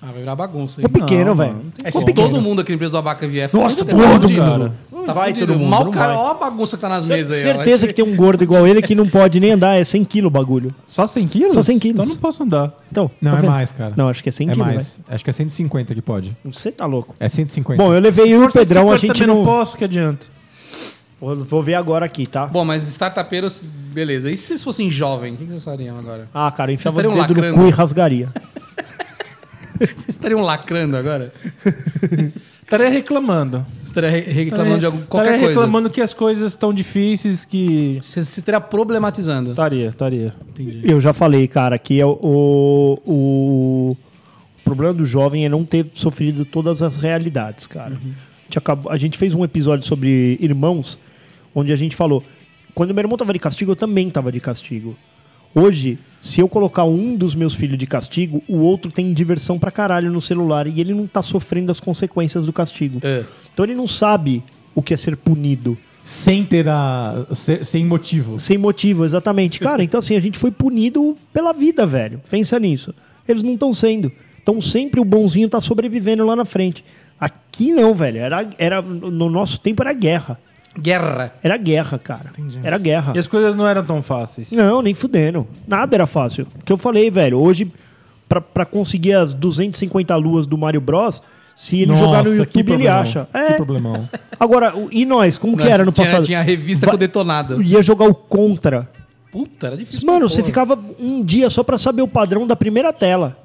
Ah, vai virar bagunça.
Ficou
Hein?
pequeno,
Não,
velho.
mano, não tem
É,
Ficou
se
pequeno.
todo mundo aqui na empresa do Abaca vier...
Nossa,
tá
todo,
fudido.
cara.
Tá
vai
fudido.
todo mundo,
Mal
não
cara,
vai.
ó a bagunça que tá nas mesas aí. ó.
Certeza que tem um gordo igual ele que não pode nem andar. É 100 quilos o bagulho.
Só 100 quilos?
Só 100 quilos.
Então não posso andar.
Então,
Não,
tá
é
vendo?
mais, cara.
Não, acho que é 100
É
quilos,
mais. Acho que é 150 que pode.
velho. Você tá louco.
É 150.
Bom, eu levei eu e o
Por
Pedrão, a
150
gente
também
não...
posso, que adianta.
Vou- Vou ver agora aqui, tá?
Bom, mas startupeiros, beleza. E se vocês fossem jovem, o que que vocês fariam agora?
Ah, cara, eu enfiava o
Vocês
dedo
estariam
no
lacrando.
cu e rasgaria.
Vocês estariam lacrando agora?
Estaria reclamando.
Vocês estariam re- reclamando de algum, qualquer
Estaria
coisa?
reclamando que as coisas estão difíceis, que...
Vocês vocês estariam problematizando.
Tá.
Estaria, estaria.
Entendi.
Eu já falei, cara, que é o, o, o problema do jovem é não ter sofrido todas as realidades, cara.
Uhum.
A, gente acabou- a gente fez um episódio sobre irmãos, onde a gente falou: quando meu irmão tava de castigo, eu também tava de castigo. Hoje, se eu colocar um dos meus filhos de castigo, o outro tem diversão pra caralho no celular e ele não tá sofrendo as consequências do castigo.
É.
Então ele não sabe o que é ser punido.
Sem ter a. se- Sem motivo.
Sem motivo, exatamente. Cara, então assim, a gente foi punido pela vida, velho. Pensa nisso. Eles não estão sendo. Então sempre o bonzinho tá sobrevivendo lá na frente. Aqui não, velho. Era, era, no nosso tempo era guerra.
Guerra.
Era guerra, cara. Era guerra.
E as coisas não eram tão fáceis.
Não, nem fudendo. Nada era fácil. O que eu falei, velho, hoje, pra, pra conseguir as 250 luas do Mario Bros, se ele jogar no
Nossa, que
YouTube, ele
problemão.
acha.
Que
É.
problemão.
Agora, o- e nós? Como que
Nós
era no
tinha,
passado?
Tinha a revista
Va-
com detonada.
Ia jogar o Contra.
Puta, era difícil.
Mano,
pra
você
porra.
ficava um dia só pra saber o padrão da primeira tela.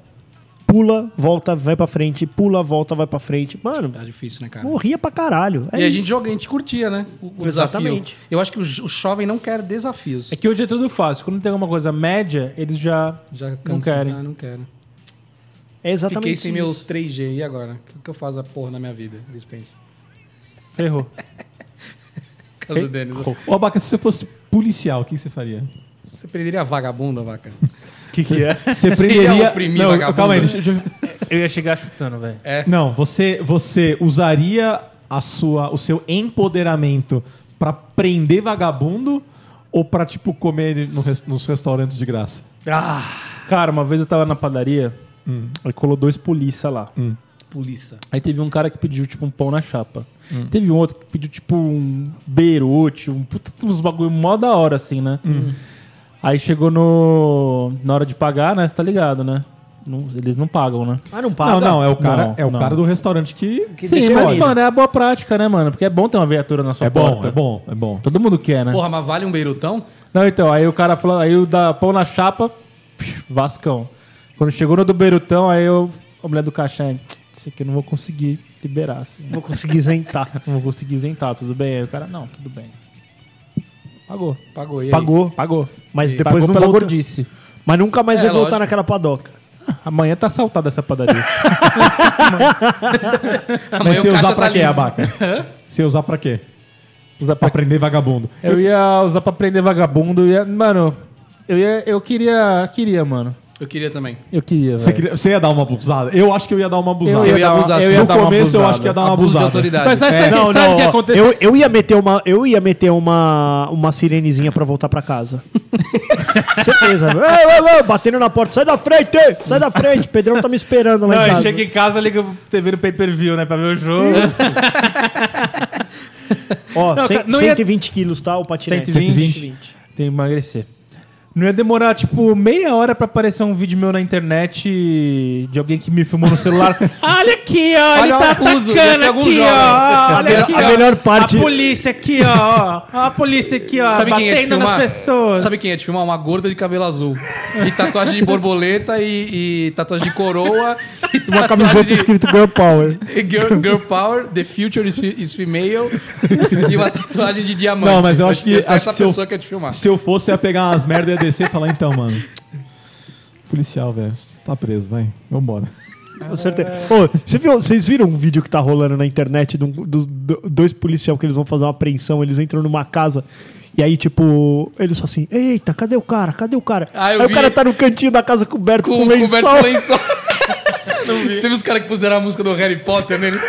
Pula, volta, vai pra frente, pula, volta, vai pra frente. Mano,
Era difícil, né, cara?
morria pra caralho. É
E a
isso.
gente joga, a gente curtia, né? O, o
Exatamente.
desafio. Eu acho que o, jo- o jovem não quer desafios.
É que hoje é tudo fácil. Quando tem alguma coisa média, eles já,
Já
não
cansa-
querem.
Ah, não quero.
É exatamente
Fiquei sem meu
isso.
3G. E agora? O que, que eu faço da porra na minha vida? Eles pensam.
Ferrou.
Cara É do Denis.
Ô, Abaca, se você fosse policial, o que você faria?
Você prenderia vagabunda, vaca?
O que, que é?
Você
ia
prenderia.
oprimir
Não,
vagabundo?
calma aí, deixa, deixa eu
Eu ia chegar chutando, velho.
Não, você, você usaria a sua, o seu empoderamento pra prender vagabundo ou pra, tipo, comer ele no res- nos restaurantes de graça?
Cara, uma vez eu tava na padaria,
Hum.
aí colou dois polícia lá.
Polícia.
Aí teve um cara que pediu, tipo, um pão na chapa.
Hum.
Teve um outro que pediu, tipo, um beirute, um puta, uns bagulho mó da hora, assim, né? Aí chegou no... na hora de pagar, né? Você tá ligado, né? Não- eles não pagam, né?
Ah, não paga.
Não, não, é o cara,
Não,
é o
não.
cara do restaurante que.
Sim, mas, mano, é a boa prática, né, mano? Porque é bom ter uma viatura na sua
É bom,
porta.
é bom, é
Então,
bom.
Todo mundo quer, né?
Porra, mas vale um beirutão?
Não, então, aí o cara falou, aí o da pão na chapa, psh, Vascão. Quando chegou no do Beirutão, aí eu, a mulher do caixa, isso aqui eu não vou conseguir liberar, assim.
Vou conseguir isentar.
Não vou conseguir isentar, tudo bem? Aí o cara, não, tudo bem. Pagou.
Pagou. E aí?
Pagou.
Pagou.
Mas depois
Pagou
não
pela
volta.
gordice.
Mas nunca mais
É,
vai voltar
lógico.
naquela padoca.
Amanhã tá assaltada essa padaria.
Mas
Amanhã
você
o
usar
caixa tá
pra quê,
limpo.
Abaca? Você usar pra quê?
Usar
Pra
pra...
prender vagabundo.
É.
Eu ia usar pra prender vagabundo. Ia... Mano, eu, ia... eu queria. Queria, mano.
Eu queria também.
Eu queria,
Você,
velho.
queria- você ia dar uma abusada? Eu acho que eu ia dar uma abusada.
Eu ia dar uma- eu ia
no
dar uma
começo eu
abusada.
acho que ia dar uma
Abuso de
abusada.
autoridade.
Mas sabe,
É.
sabe-
Não,
sabe
não,
o que
ó,
aconteceu?
Eu, eu ia meter uma, eu ia meter uma, uma sirenezinha pra voltar pra casa. Certeza. Ei, ei, ei, batendo na porta, sai da frente, ei, sai da frente. Pedrão tá me esperando lá
Não,
em
eu
casa.
chego em casa, liga o TV no pay-per-view, né? Pra ver o jogo.
Ó,
Não,
cem-
cara, não ia-
120 quilos, tá? O patinete.
120. Tem que emagrecer. Não ia demorar, tipo, meia hora pra aparecer um vídeo meu na internet de alguém que me filmou no celular. olha aqui,
Olha
ó, ele
o
tá
abuso,
atacando
deve ser algum
aqui,
jovem.
ó. Olha
melhor-
aqui,
a
ó.
melhor parte-
A polícia aqui, ó. ó. A polícia aqui, ó,
Sabe quem
batendo
é de filmar?
nas pessoas.
Sabe quem é de filmar? Uma gorda de cabelo azul. E tatuagem de borboleta e, e tatuagem de coroa. E
Uma
tatuagem
camiseta
de-
escrito Girl Power.
Girl, girl Power, The Future is, fe- is Female e uma tatuagem de diamante.
Não, mas eu acho que-
Essa, é
acho
essa
que se eu-
pessoa quer te filmar.
Se eu fosse, eu ia pegar umas merda e ia descer e falar, então, mano. Policial, velho. Tá preso, vai. Vambora.
Com certeza. Ô, você viu- vocês viram um vídeo que tá rolando na internet de um- dos do- dois policiais que eles vão fazer uma apreensão, eles entram numa casa. E aí, tipo, eles falam assim: Eita, cadê o cara? Cadê o cara?
Ah,
aí
eu
o
vi.
cara tá no cantinho da casa coberto com,
Com o
lençol.
coberto com lençol. Você viu os caras que puseram a música do Harry Potter nele?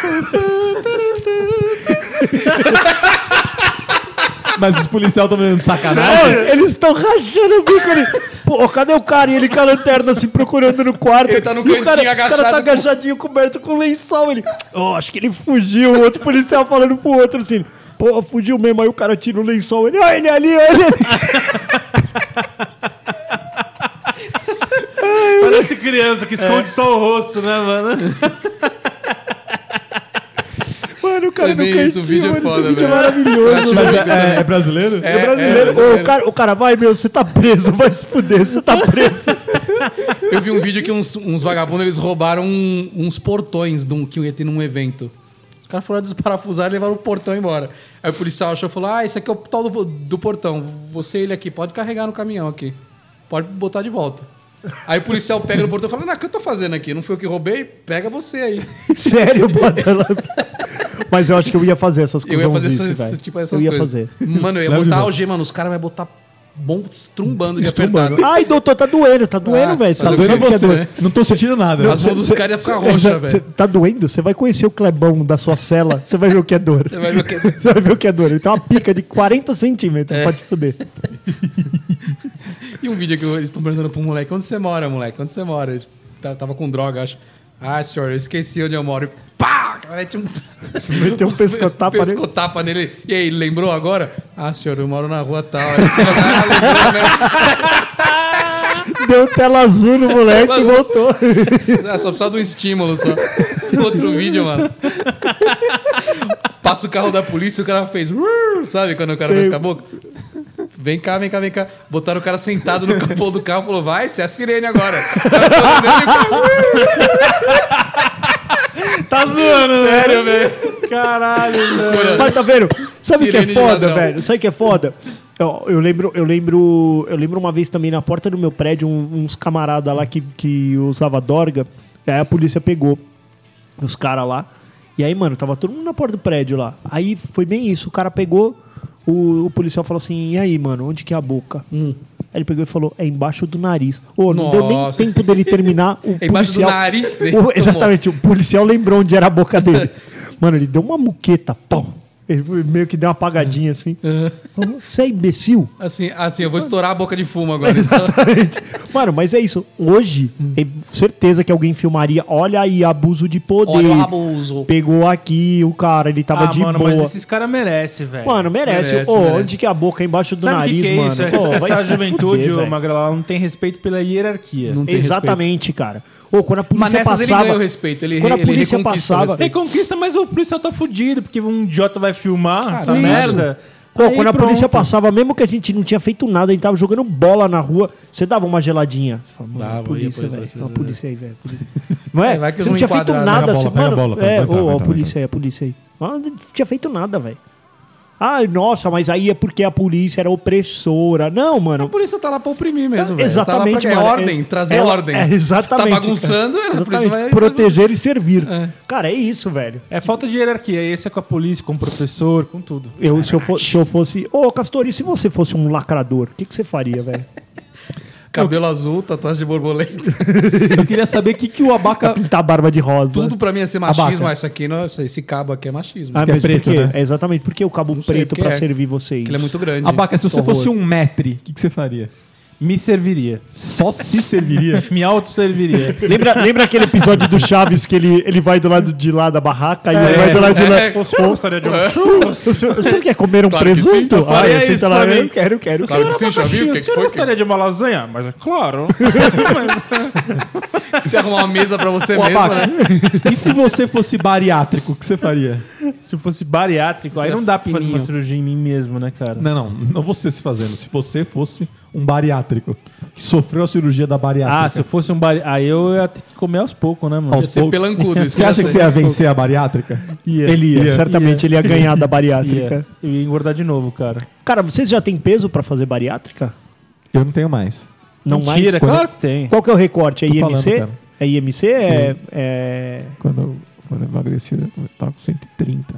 Mas os policiais estão vendo sacanagem.
Não, eles estão rachando o bico ali. Pô, cadê o cara? E ele com a lanterna assim procurando no quarto.
Ele tá no
E o cara,
cantinho
O cara tá
agachado com-
agachadinho, coberto com lençol. Ele, ó, acho que ele fugiu. O outro policial falando pro outro assim, pô, fugiu mesmo. Aí o cara tira o lençol. Ele, ó, ele é ali, ó, ele ali.
Parece criança que
É.
esconde só o rosto, né, mano?
Mano, o cara
É
no
bem
cantinho,
isso, o vídeo é
mano,
foda,
esse vídô é
velho.
maravilhoso.
Mas é, é- é brasileiro?
É brasileiro.
é, brasileiro.
Ô, o, cara, o cara, vai, meu, você tá preso, vai se fuder, você tá preso.
Eu vi um vídeo que uns, uns vagabundos eles roubaram um- uns portões de um, que ia ter num evento. Os caras foram desparafusar e levaram o portão embora. Aí o policial achou e falou: Ah, esse aqui é o tal do, do portão. Você e ele aqui, pode carregar no caminhão aqui. Pode botar de volta. Aí o policial pega no portão e fala: Não, o que eu tô fazendo aqui? Não foi eu que roubei? Pega você aí.
Sério, bota lá. Mas eu acho que eu ia fazer essas
Eu
coisas.
ia fazer
isso,
essas,
velho.
tipo,
Eu
essas
ia
coisas.
fazer.
Mano, eu ia
Leva de
botar
volta.
algema nos caras, vai botar bom, estrumbando de
Estrumbando.
apertado.
Ai, doutor, tá doendo, tá doendo,
Ah,
velho.
mas
Tá
eu
doendo
sei
porque é
você,
doendo.
né?
Não tô sentindo nada.
As mãos dos
Cê-
caras iam ficar né,
cê-
roxa,
cê- cê
velho.
tá doendo? Você vai conhecer o Clebão da sua cela, você vai ver o que é dor.
Você vai ver o que é dor.
Você vai ver o que é dor. Ele tem uma pica de 40 centímetros,
É.
pode fuder.
E um vídeo que eles estão perguntando pro moleque, onde você mora, moleque? Onde você mora? Eles ta- tava com droga, acho. Ah, senhor, eu esqueci onde eu moro. E pá! cara, Mete um
Meteu um pescotapa nele.
pescotapa nele. E aí, lembrou agora? Ah, senhor, eu moro na rua tal. Aí, ah, lembrou, né?
Deu tela azul no moleque e
Tela azul.
voltou.
Ah, só precisa de um estímulo só. Tem outro vídeo, mano. Passa o carro da polícia e o cara fez. "Rrr", Sabe quando o cara fez com a boca? Vem cá, vem cá, vem cá. Botaram o cara sentado no capô do carro e falou: vai, você é a sirene agora.
Tá zoando, né?
Sério, velho.
Caralho, velho.
Mas tá vendo? Sabe o que é
Sirene de
foda,
ladrão.
velho? Sabe o que é foda? Eu, eu lembro, eu lembro, eu lembro uma vez também na porta do meu prédio um- uns camaradas lá que, que usava dorga. Aí a polícia pegou os caras lá. E aí, mano, tava todo mundo na porta do prédio lá. Aí foi bem isso. O cara pegou, o, o policial falou assim: e aí, mano, onde que é a boca?
Hum.
Aí ele pegou e falou: é embaixo do nariz. Ô, não deu nem
Nossa.
tempo dele terminar. O
É embaixo do
policial,
nariz,
o-
ele tomou.
exatamente, o policial lembrou onde era a boca dele. Mano, ele deu uma muqueta, pau. Ele foi- meio que deu uma apagadinha assim. Falou, Você é imbecil?
Assim, assim, eu vou estourar a boca de fumo agora. então.
Exatamente. Mano, mas é isso. Hoje,
Hum.
é certeza que alguém filmaria. Olha aí, abuso de poder.
Olha o abuso.
Pegou aqui o cara, ele tava
Ah,
de
mano,
boa.
mas esses caras merecem, velho.
Mano, merece.
Merece,
Ô,
merece.
Onde que é a boca? É Embaixo do
Sabe o que
nariz,
que, é
mano.
isso?
Ô,
Essa,
vai
essa
se
juventude,
fuder,
ô,
velho.
Magrela, ela não tem respeito pela hierarquia.
Não tem
Exatamente, cara. Ô, quando a polícia
Mas nessas ele
passava.
ganha o respeito, ele
quando a
re- ele
polícia
reconquista o
passava.
respeito.
Reconquista, mas o policial tá fudido, porque um idiota vai filmar essa
isso.
merda.
Pô,
Aí
quando a
pronto.
polícia passava, mesmo que a gente não tinha feito nada, a gente tava jogando bola na rua, você dava uma geladinha. Você fala, mano,
Dava,
é a polícia,
ia,
velho.
pois,
É a
pois,
polícia aí, velho. a polícia. Não é?
É, vai que
você
eles
não
vão
tinha feito
enquadrar,
nada,
pega a
você,
bola, pega a
mano.
bola, pega,
é,
vai entrar,
ô,
vai
ó, a
entrar,
polícia aí, a polícia aí. Ah, não tinha feito nada, velho. Ah, nossa, mas aí é porque a polícia era opressora. Não,
A
mano.
polícia tá lá pra oprimir mesmo, velho. tá lá
exatamente,
pra... é
mano.
ordem,
É-
trazer
ela-
ordem.
É, exatamente.
Se tá
cara.
bagunçando, a polícia
Exatamente.
vai...
Proteger e servir.
É.
Cara, é isso, velho.
É falta de hierarquia. Esse é com a polícia, com o professor, com tudo.
Eu, se, eu fo- se eu fosse. Ô, Castori, se você fosse um lacrador, o que, que você faria, velho?
Cabelo azul, tatuagem de borboleta.
Eu queria saber o que, que o abaca.
Pintar a barba de rosa.
Tudo pra mim ia ser machismo,
Abaca.
mas isso aqui não, esse cabo aqui é machismo.
Ah,
Que é
mas
preto,
por quê?
né?
É, exatamente. Por que o cabo
sei,
preto
porque
pra
é-
servir vocês?
Porque ele é muito grande.
Abaca, Ah, se você
Horror.
fosse um metre, o que, que você faria?
Me serviria.
Só se serviria?
Me auto-serviria.
Lembra, lembra aquele episódio do Chaves que ele, ele vai do lado de lá da barraca e ele vai do lado de lá.
É,
O senhor gostaria de um
O senhor o senhor quer comer um
Claro que sim,
presunto?
eu faria
senta
isso
lá,
pra
vem.
mim.
quero, quero.
Claro que sim, já viu? O
O
que, que
senhor
foi?
gostaria de uma lasanha? Mas é claro.
Se você arrumar uma mesa pra você
Um
Ô,
mesmo,
abaca,
né?
e se você fosse bariátrico, o que você faria?
Se fosse bariátrico, aí
Você
não
é
dá pra fazer uma
fininho.
cirurgia em mim mesmo, né, cara?
Não, não, não você se fazendo. Se você fosse um bariátrico que sofreu a cirurgia da bariátrica.
Ah, se eu fosse um bari... Aí eu ia ter que comer aos poucos, né, mano?
Ia ser
poucos.
pelancudo. isso
Você
ia
acha que
ser.
você ia vencer a bariátrica?
Ele ia,
Ia,
certamente ele ia ganhar da bariátrica.
Ia. Eu ia engordar de novo, cara.
Cara, vocês já têm peso pra fazer bariátrica?
Eu não tenho mais.
Não
Mentira,
mais?
claro que tem.
Qual que é o recorte? É
Tô
IMC?
falando, cara.
é IMC? É, é
Quando eu, quando eu emagreci, eu tava com 130.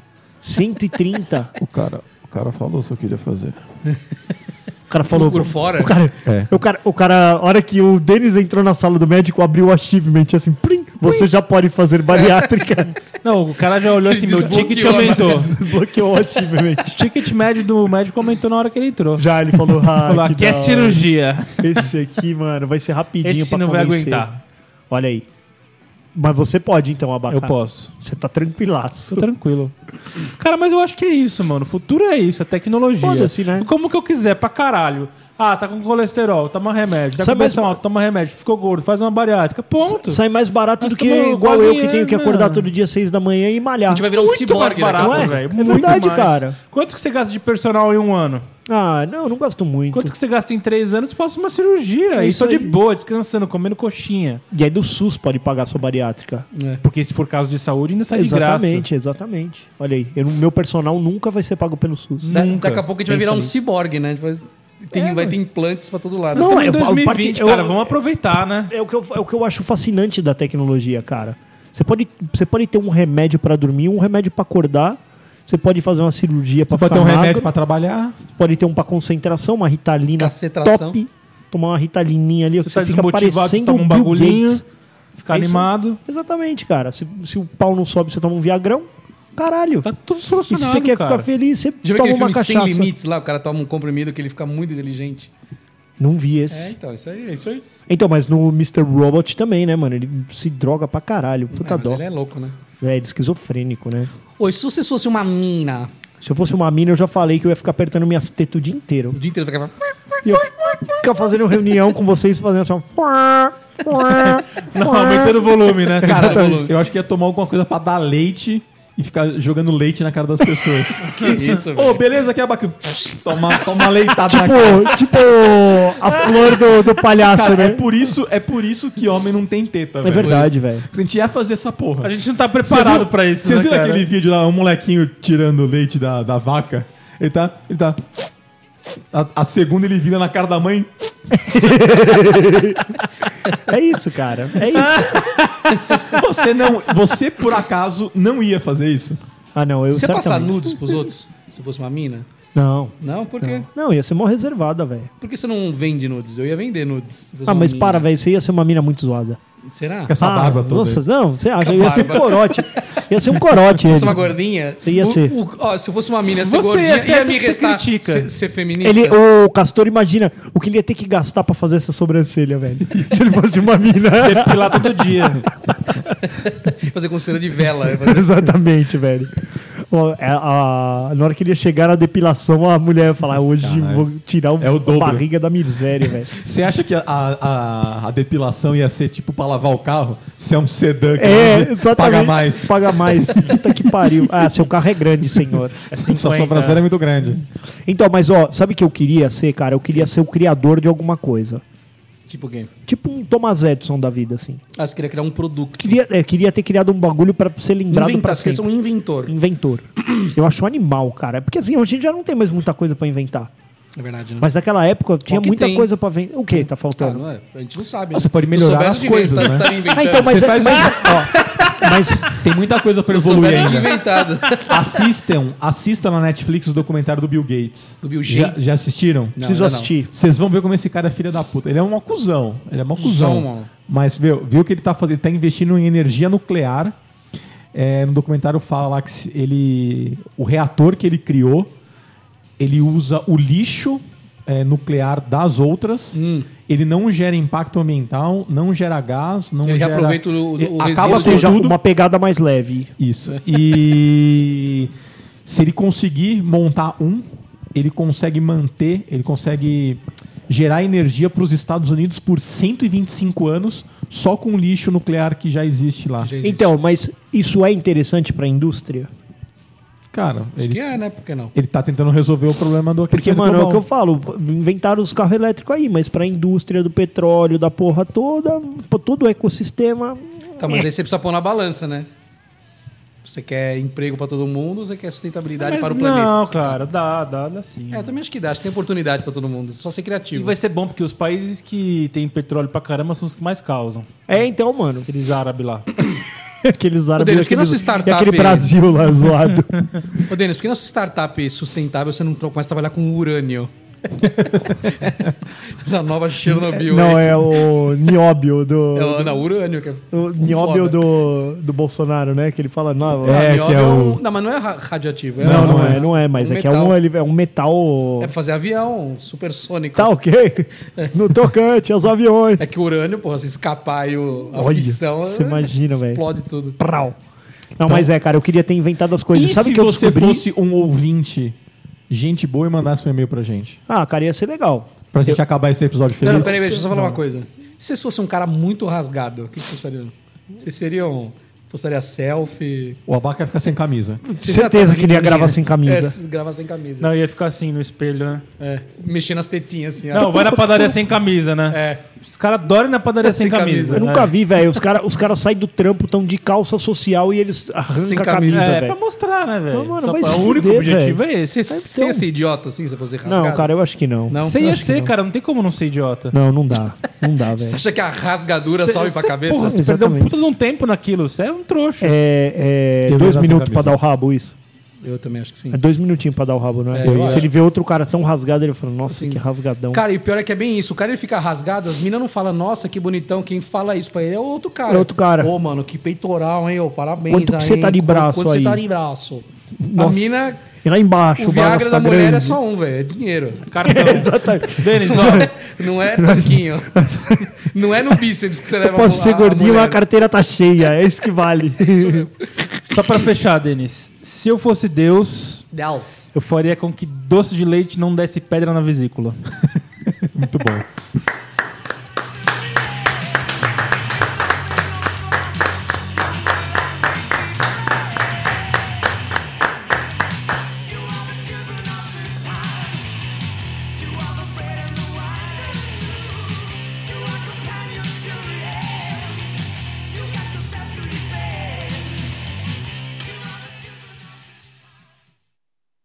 130?
O cara, o cara falou o que eu queria fazer.
O cara falou.
Por fora?
O cara,
É.
o cara, o cara, a hora que o Denis entrou na sala do médico, abriu o achievement assim, plim, você já pode fazer bariátrica.
Não, o cara já olhou assim, meu
Desbloqueou
ticket
a
aumentou.
Desbloqueou o achievement.
O ticket médio do médico aumentou na hora que ele entrou.
Já ele falou, ah,
Falou,
que
aqui é
da hora.
cirurgia.
Esse aqui, mano, vai ser rapidinho
Esse
pra
não vai
convencer.
aguentar.
Olha aí. Mas você pode então abacar.
Eu posso.
Você tá tranquilaço.
Tô tranquilo. Cara, mas eu acho que é isso, mano. O futuro é isso, é tecnologia.
Foda-se, né?
Como que eu quiser, pra caralho. Ah, tá com colesterol, toma remédio. Tá
Sabe,
com pressão
mas-
alta, toma remédio. Ficou gordo, faz uma bariátrica. Ponto.
Sai mais barato
Nós
do que
tamo
igual
quase né?
eu que tenho que
aí,
acordar
mano.
todo dia seis da manhã e malhar.
A gente vai virar um ciborgue, né, cara?
barato. Ué, é
Muito
verdade, cara.
Quanto que você gasta de personal em um ano?
Ah, não, eu não gosto muito.
Quanto que você gasta em três anos? Faço uma cirurgia.
É
e
isso
tô de
aí.
boa, descansando, comendo coxinha.
E aí do SUS pode pagar sua bariátrica.
É.
Porque se for caso de saúde, ainda
Tá
sai de graça.
exatamente, exatamente. Olha aí, eu- meu personal nunca vai ser pago pelo SUS.
Da-
Nunca.
Daqui a pouco a gente vai
Pensa
virar um
nisso. É,
ciborgue, né? A gente vai, tem- vai ter implantes pra todo lado.
Não,
Estamos
é-
em
a
2020,
parte- eu-
cara. Vamos aproveitar, né?
É o, que eu, é o que eu acho fascinante da tecnologia, cara. Você pode, você pode ter um remédio pra dormir, um remédio pra acordar. Você pode fazer uma cirurgia pra
Você pode
ficar
ter um
magro,
remédio pra trabalhar.
Pode ter um pra concentração, uma ritalina
Cacetração.
top. Tomar uma ritalininha ali,
Você
você,
tá
fica
desmotivado, você
parecendo
toma um
o Bill
bagulhinho,
Gates.
ficar
É isso aí.
animado.
Exatamente, cara. Se, se o pau não sobe, você toma um viagrão. Caralho.
Tá tudo
e se
solucionado,
você quer
cara.
ficar feliz, você
Já viu
toma
aquele
uma
filme Sem
cachaça.
Limites lá? O cara toma um comprimido que ele fica muito inteligente.
Não vi
É,
esse.
então, isso aí, isso aí.
Então, mas no Mr. Robot também, né, mano? Ele se droga pra caralho. Puta
É, mas
dó.
ele é louco, né?
É, ele é esquizofrênico, né?
Oi, se você fosse uma mina,
Se eu fosse uma mina, eu já falei que eu ia ficar apertando minhas tetas o dia inteiro.
o dia inteiro ficava...
E eu ficar fazendo reunião com vocês, fazendo assim...
Ah,
Não, aumentando o volume, né?
Cara,
Exatamente.
eu acho que ia tomar alguma coisa pra dar leite e ficar jogando leite na cara das pessoas.
Que isso,
Ô,
velho?
beleza, aqui é bacana. Toma, toma uma leitada na cara.
tipo, tipo a flor do, do palhaço,
Cara, é
né?
por isso, é por isso que homem não tem teta,
É verdade, velho.
A gente ia fazer essa porra.
A gente não tá preparado pra isso, né,
Vocês viram
cara?
aquele vídeo lá, um molequinho tirando o leite da, da vaca? Ele tá. Ele tá. A, a segunda ele vira na cara da mãe.
É isso, cara. É isso.
Você não. Você, por acaso, não ia fazer isso?
Ah, não. Eu
Você ia passar
certamente-
nudes pros outros? Se fosse uma mina?
Não.
Não, por quê?
Não, ia ser mó reservada, velho.
Por que você não vende nudes? Eu ia vender nudes. se fosse
Ah,
uma
mas
mina.
para, velho. Você ia ser uma mina muito zoada.
Será?
Com essa
ah,
barba toda.
Nossa,
aí.
não. Você acha?
a
Ia ser
barba.
corote. Ia ser um corote.
Se fosse
Ele.
é uma gordinha...
Você ia
o-
ser.
o- ó, se eu fosse uma mina, ia ser
Você ia
gordinha,
ser
ia
essa
me
que você
restar
critica.
ser, ser feminista.
Ele, é o Castor, imagina o que ele ia ter que gastar pra fazer essa sobrancelha, velho. Se ele fosse uma mina.
Depilar todo dia.
Fazer com cera de vela. ia fazer-
Exatamente, velho. Ó, é, a- na hora que ele ia chegar na depilação, a mulher ia falar: Hoje
Caralho.
vou tirar o,
É o dobro.
a barriga da miséria, velho.
Você acha que a, a, a depilação ia ser tipo pra lavar o carro? Se é um sedã que
É,
hoje
exatamente.
paga mais.
Paga mais. Puta que pariu. Ah, seu carro é grande, senhor.
Sua sobrancelha é muito grande.
Então, mas ó, sabe o que eu queria ser, cara? Eu queria ser o criador de alguma coisa.
Tipo quem?
Tipo um Thomas Edison da vida, assim.
Ah, você queria criar um produto.
Queria, é, queria ter criado um bagulho pra ser lembrado
Inventar,
pra
você queria ser
sempre.
um inventor.
Inventor. Eu acho animal, cara. Porque assim, hoje em dia não tem mais muita coisa pra inventar.
É verdade, né?
Mas naquela época tinha
que
muita
tem.
coisa pra vender. O que tá
Ah,
faltando?
não é? A gente não sabe.
Você pode melhorar as coisas, né?
Ah, então, mas,
Você faz
mas, ó, Mas
Tem muita coisa pra
Se eu
evoluir
soubesse, eu tinha
ainda.
inventado.
Assistam, assistam na Netflix o documentário do Bill Gates.
Do Bill
Já,
Gates.
já assistiram?
Não,
preciso
ainda não.
assistir.
Vocês vão ver como esse cara é filho da puta. Ele é um cuzão. Ele é um
Cuzão,
cuzão.
mano.
Mas viu, viu o que ele tá fazendo? Ele tá investindo em energia nuclear. É, no documentário fala lá que se- ele. O reator que ele criou, ele usa o lixo é, nuclear das outras.
Hum.
Ele não gera impacto ambiental, não gera gás, não
Ele já
gera. é,
aproveita o- o- o
acaba
resíduo.
Ou
com
seja,
tudo.
assim, uma pegada mais leve.
Isso. E se ele conseguir montar um, ele consegue manter, ele consegue gerar energia para os Estados Unidos por 125 anos só com o lixo nuclear que já existe lá.
Já existe.
Então, mas isso é interessante para a indústria?
Cara,
Que
ele,
é, né? Por que não?
ele tá tentando resolver o problema do
Porque,
aquecimento
mano, é o
global.
que eu falo, inventaram os carros elétricos aí, mas pra indústria do petróleo, da porra toda, pra todo o ecossistema.
Tá,
É.
mas aí você precisa pôr na balança, né? Você quer emprego pra todo mundo, você quer sustentabilidade
Mas
para o planeta.
não, cara, dá, dá, dá sim.
É, eu também acho que dá, acho que tem oportunidade pra todo mundo. é Só ser
E
criativo.
vai ser bom, porque os países que têm petróleo pra caramba são os que mais causam.
É, então, mano.
Aqueles árabes lá.
Aqueles árabes.
Denis, que
aqueles-
nossa startup-
e aquele Brasil lá zoado.
Ô, Denis, por que na sua startup sustentável você não tro- começa a trabalhar com urânio? Essa nova Chernobyl.
Não,
aí.
é o Nióbio do.
É, não, urânio. Que é
O Nióbio do, do Bolsonaro, né? Que ele fala. Não,
É,
É,
que é
um...
o-
Não, mas não é ra- radioativo.
não, não, é, não é, mas é que é
metal.
um, ele- é um metal.
É pra fazer avião, supersônico.
Tá ok? No tocante aos aviões.
É que o urânio, porra, se escapar e o, a
Olha,
fissão...
você
é,
imagina, velho.
Explode tudo.
Prau. Não, mas é, cara, eu queria ter inventado as coisas.
E
Sabe
se
que eu
você
descobri?
fosse um ouvinte, gente boa, e mandasse um e-mail pra gente?
Ah, cara, ia ser legal.
Pra gente acabar esse episódio
Não,
feliz?
não, peraí, deixa eu só falar uma coisa. Se vocês fossem um cara muito rasgado, o que que vocês fariam? Vocês seriam... Postaria selfie...
O Abaca ia ficar sem camisa.
Vocês
Certeza
já tá
que ele ia
pequenininha.
gravar sem camisa.
É, gravar sem camisa.
Não, ia ficar assim no espelho, né?
É, mexendo as tetinhas assim. ó.
Não, vai na padaria sem camisa, né?
É.
Os caras adoram ir na padaria sem,
Sem
camisa.
camisa.
Eu nunca
é.
vi, velho. Os caras os cara saem do trampo, tão de calça social e eles
Sem
arrancam a
camisa,
camisa,
É, pra
velho.
mostrar, né, velho?
Não, mano,
Só
vai
pra-
se
O único
fuder,
objetivo é
Você,
esse.
você ia ser idiota assim, se você fosse rasgado?
um- Não, cara, eu acho que não. Não,
Não?
Você ia ser, cara, não tem como não ser idiota.
não, dá. Não dá,
Você
velho.
acha que a rasgadura
Cê-
sobe pra
é
cê-
cabeça?
Porra, você perdeu um
Exatamente.
puta de um tempo naquilo. Você é um trouxa.
É, é
Eu
dois
ia dar
assim
minutos
sem camisa.
pra dar o rabo, isso?
Eu também acho que sim.
É dois minutinhos pra dar o rabo, né?
É, eu
Se
acho.
ele vê outro cara tão rasgado, ele fala, nossa,
Sim.
que rasgadão.
Cara, e o pior é que é bem isso. O cara ele fica rasgado, as minas não falam, nossa, que bonitão. Quem fala isso pra ele é o outro cara.
É outro cara.
Ô, mano, que peitoral, hein? Ô, parabéns.
Quanto que
aí,
você tá de
hein?
braço
Quanto
aí?
você tá de braço? A
Nossa.
mina,
E lá embaixo,
o
o braço
Viagra
tá
da mulher
grande.
é só um, velho. É dinheiro.
Cartão.
Exatamente.
Denis, ó,
Não é tanquinho. não é no bíceps que você leva
Eu posso
a-
ser
a
gordinho, mas a
Ah, mulher.
carteira tá cheia. É isso que vale.
só pra fechar, Denis. Se eu fosse Deus,
Deus.
eu faria com que doce de leite não desse pedra na vesícula.
Muito bom.